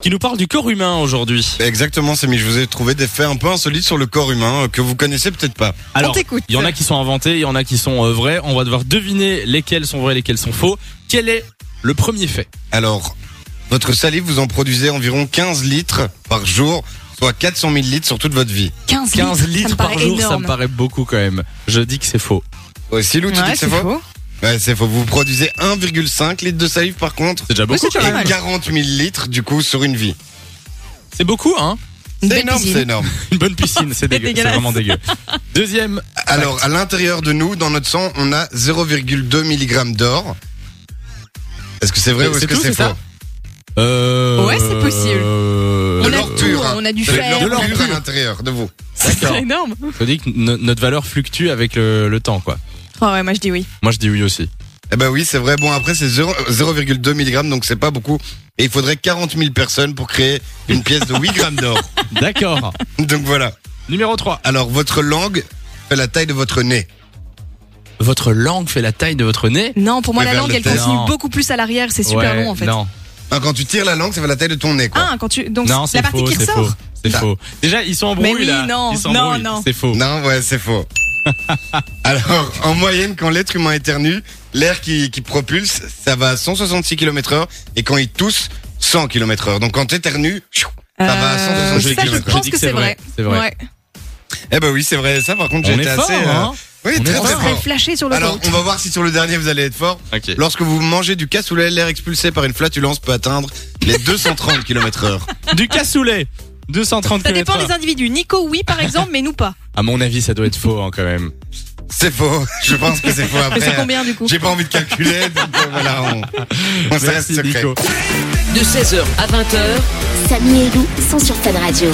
qui nous parle du corps humain aujourd'hui. Ben, Exactement, Samy, je vous ai trouvé des faits un peu insolites sur le corps humain euh, que vous connaissez peut-être pas. Alors, t'écoute. il y en a qui sont inventés, il y en a qui sont euh, vrais. On va devoir deviner lesquels sont vrais, lesquels sont faux. Quel est le premier fait Alors, votre salive, vous en produisez environ 15 litres par jour, soit 400 000 litres sur toute votre vie. 15, 15 litres, litres ça me par paraît jour, ça énorme. me paraît beaucoup quand même. Je dis que c'est faux. Ouais, Silou, tu dis Ouais, que c'est faux faux. Ouais, c'est faux. Vous produisez 1,5 litre de salive par contre, C'est déjà Ouais, beaucoup. c'est quand pas même. et mal. 40 000 litres du coup sur une vie. C'est beaucoup, hein Une C'est belle énorme, piscine. c'est énorme. Une bonne piscine, c'est dégueu, c'est Dégueulasse. vraiment dégueu. Deuxième, Alors, à l'intérieur de nous, dans notre sang, on a 0,2 mg d'or. Est-ce que c'est vrai C'est- ou est-ce c'est que tout, c'est c'est ça faux euh... Ouais, c'est possible. euh, On De a l'or tout, pur, hein. on a du C'est fer. de l'or De l'or pur à pur. l'intérieur de vous. D'accord. C'est énorme. Faut dire que no- notre valeur fluctue avec le, le temps, quoi. Oh ouais, moi je dis oui. Moi, je dis oui aussi. Eh ben oui, c'est vrai. Bon, après, c'est 0 0,2 mg, donc c'est pas beaucoup. Et il faudrait 40 000 personnes pour créer une pièce de 8 grammes d'or. D'accord. Donc voilà. Numéro 3. Alors, votre langue fait la taille de votre nez. Votre langue fait la taille de votre nez Non, pour moi Mais la vers langue le elle terre. continue Non. beaucoup plus à l'arrière, c'est super Ouais, long en fait. Non. Hein, quand tu tires la langue, ça fait la taille de ton nez, quoi. Ah, quand tu donc Non, la c'est partie faux, qui c'est ressort. faux. C'est Bah. faux. Déjà, ils sont en Mais brouille oui, là. non, ils sont non, en brouille. non. C'est faux. Non, ouais, c'est faux. Alors, en moyenne, quand l'être humain éternue, l'air qui, qui propulse, ça va à 166 km heure. Et quand il tousse, 100 km heure. Donc quand t'éternues, pfiou, ça va à Euh, 166 ça, je km heure. pense dis que que c'est c'est vrai. vrai, c'est vrai. Ouais. Eh ben oui, c'est vrai. Ça, par contre, On j'ai est été fort, assez... euh, hein Oui, On est très, fort. très On serait fort. flashé sur le Alors, dos. on va voir si sur le dernier, vous allez être fort. Ok. Lorsque vous mangez du cassoulet, l'air expulsé par une flatulence peut atteindre les 230 km heure. Du cassoulet. 230 Ça dépend km/h. des individus. Nico, oui, par exemple, mais nous pas. À mon avis, ça doit être faux hein, quand même. C'est faux. Je pense que c'est faux Mais c'est après. combien du coup J'ai pas envie de calculer, donc euh, voilà, on, on ça reste Merci secret. Nico. de 16h à 20h, Samy et Lou sont sur Fun Radio.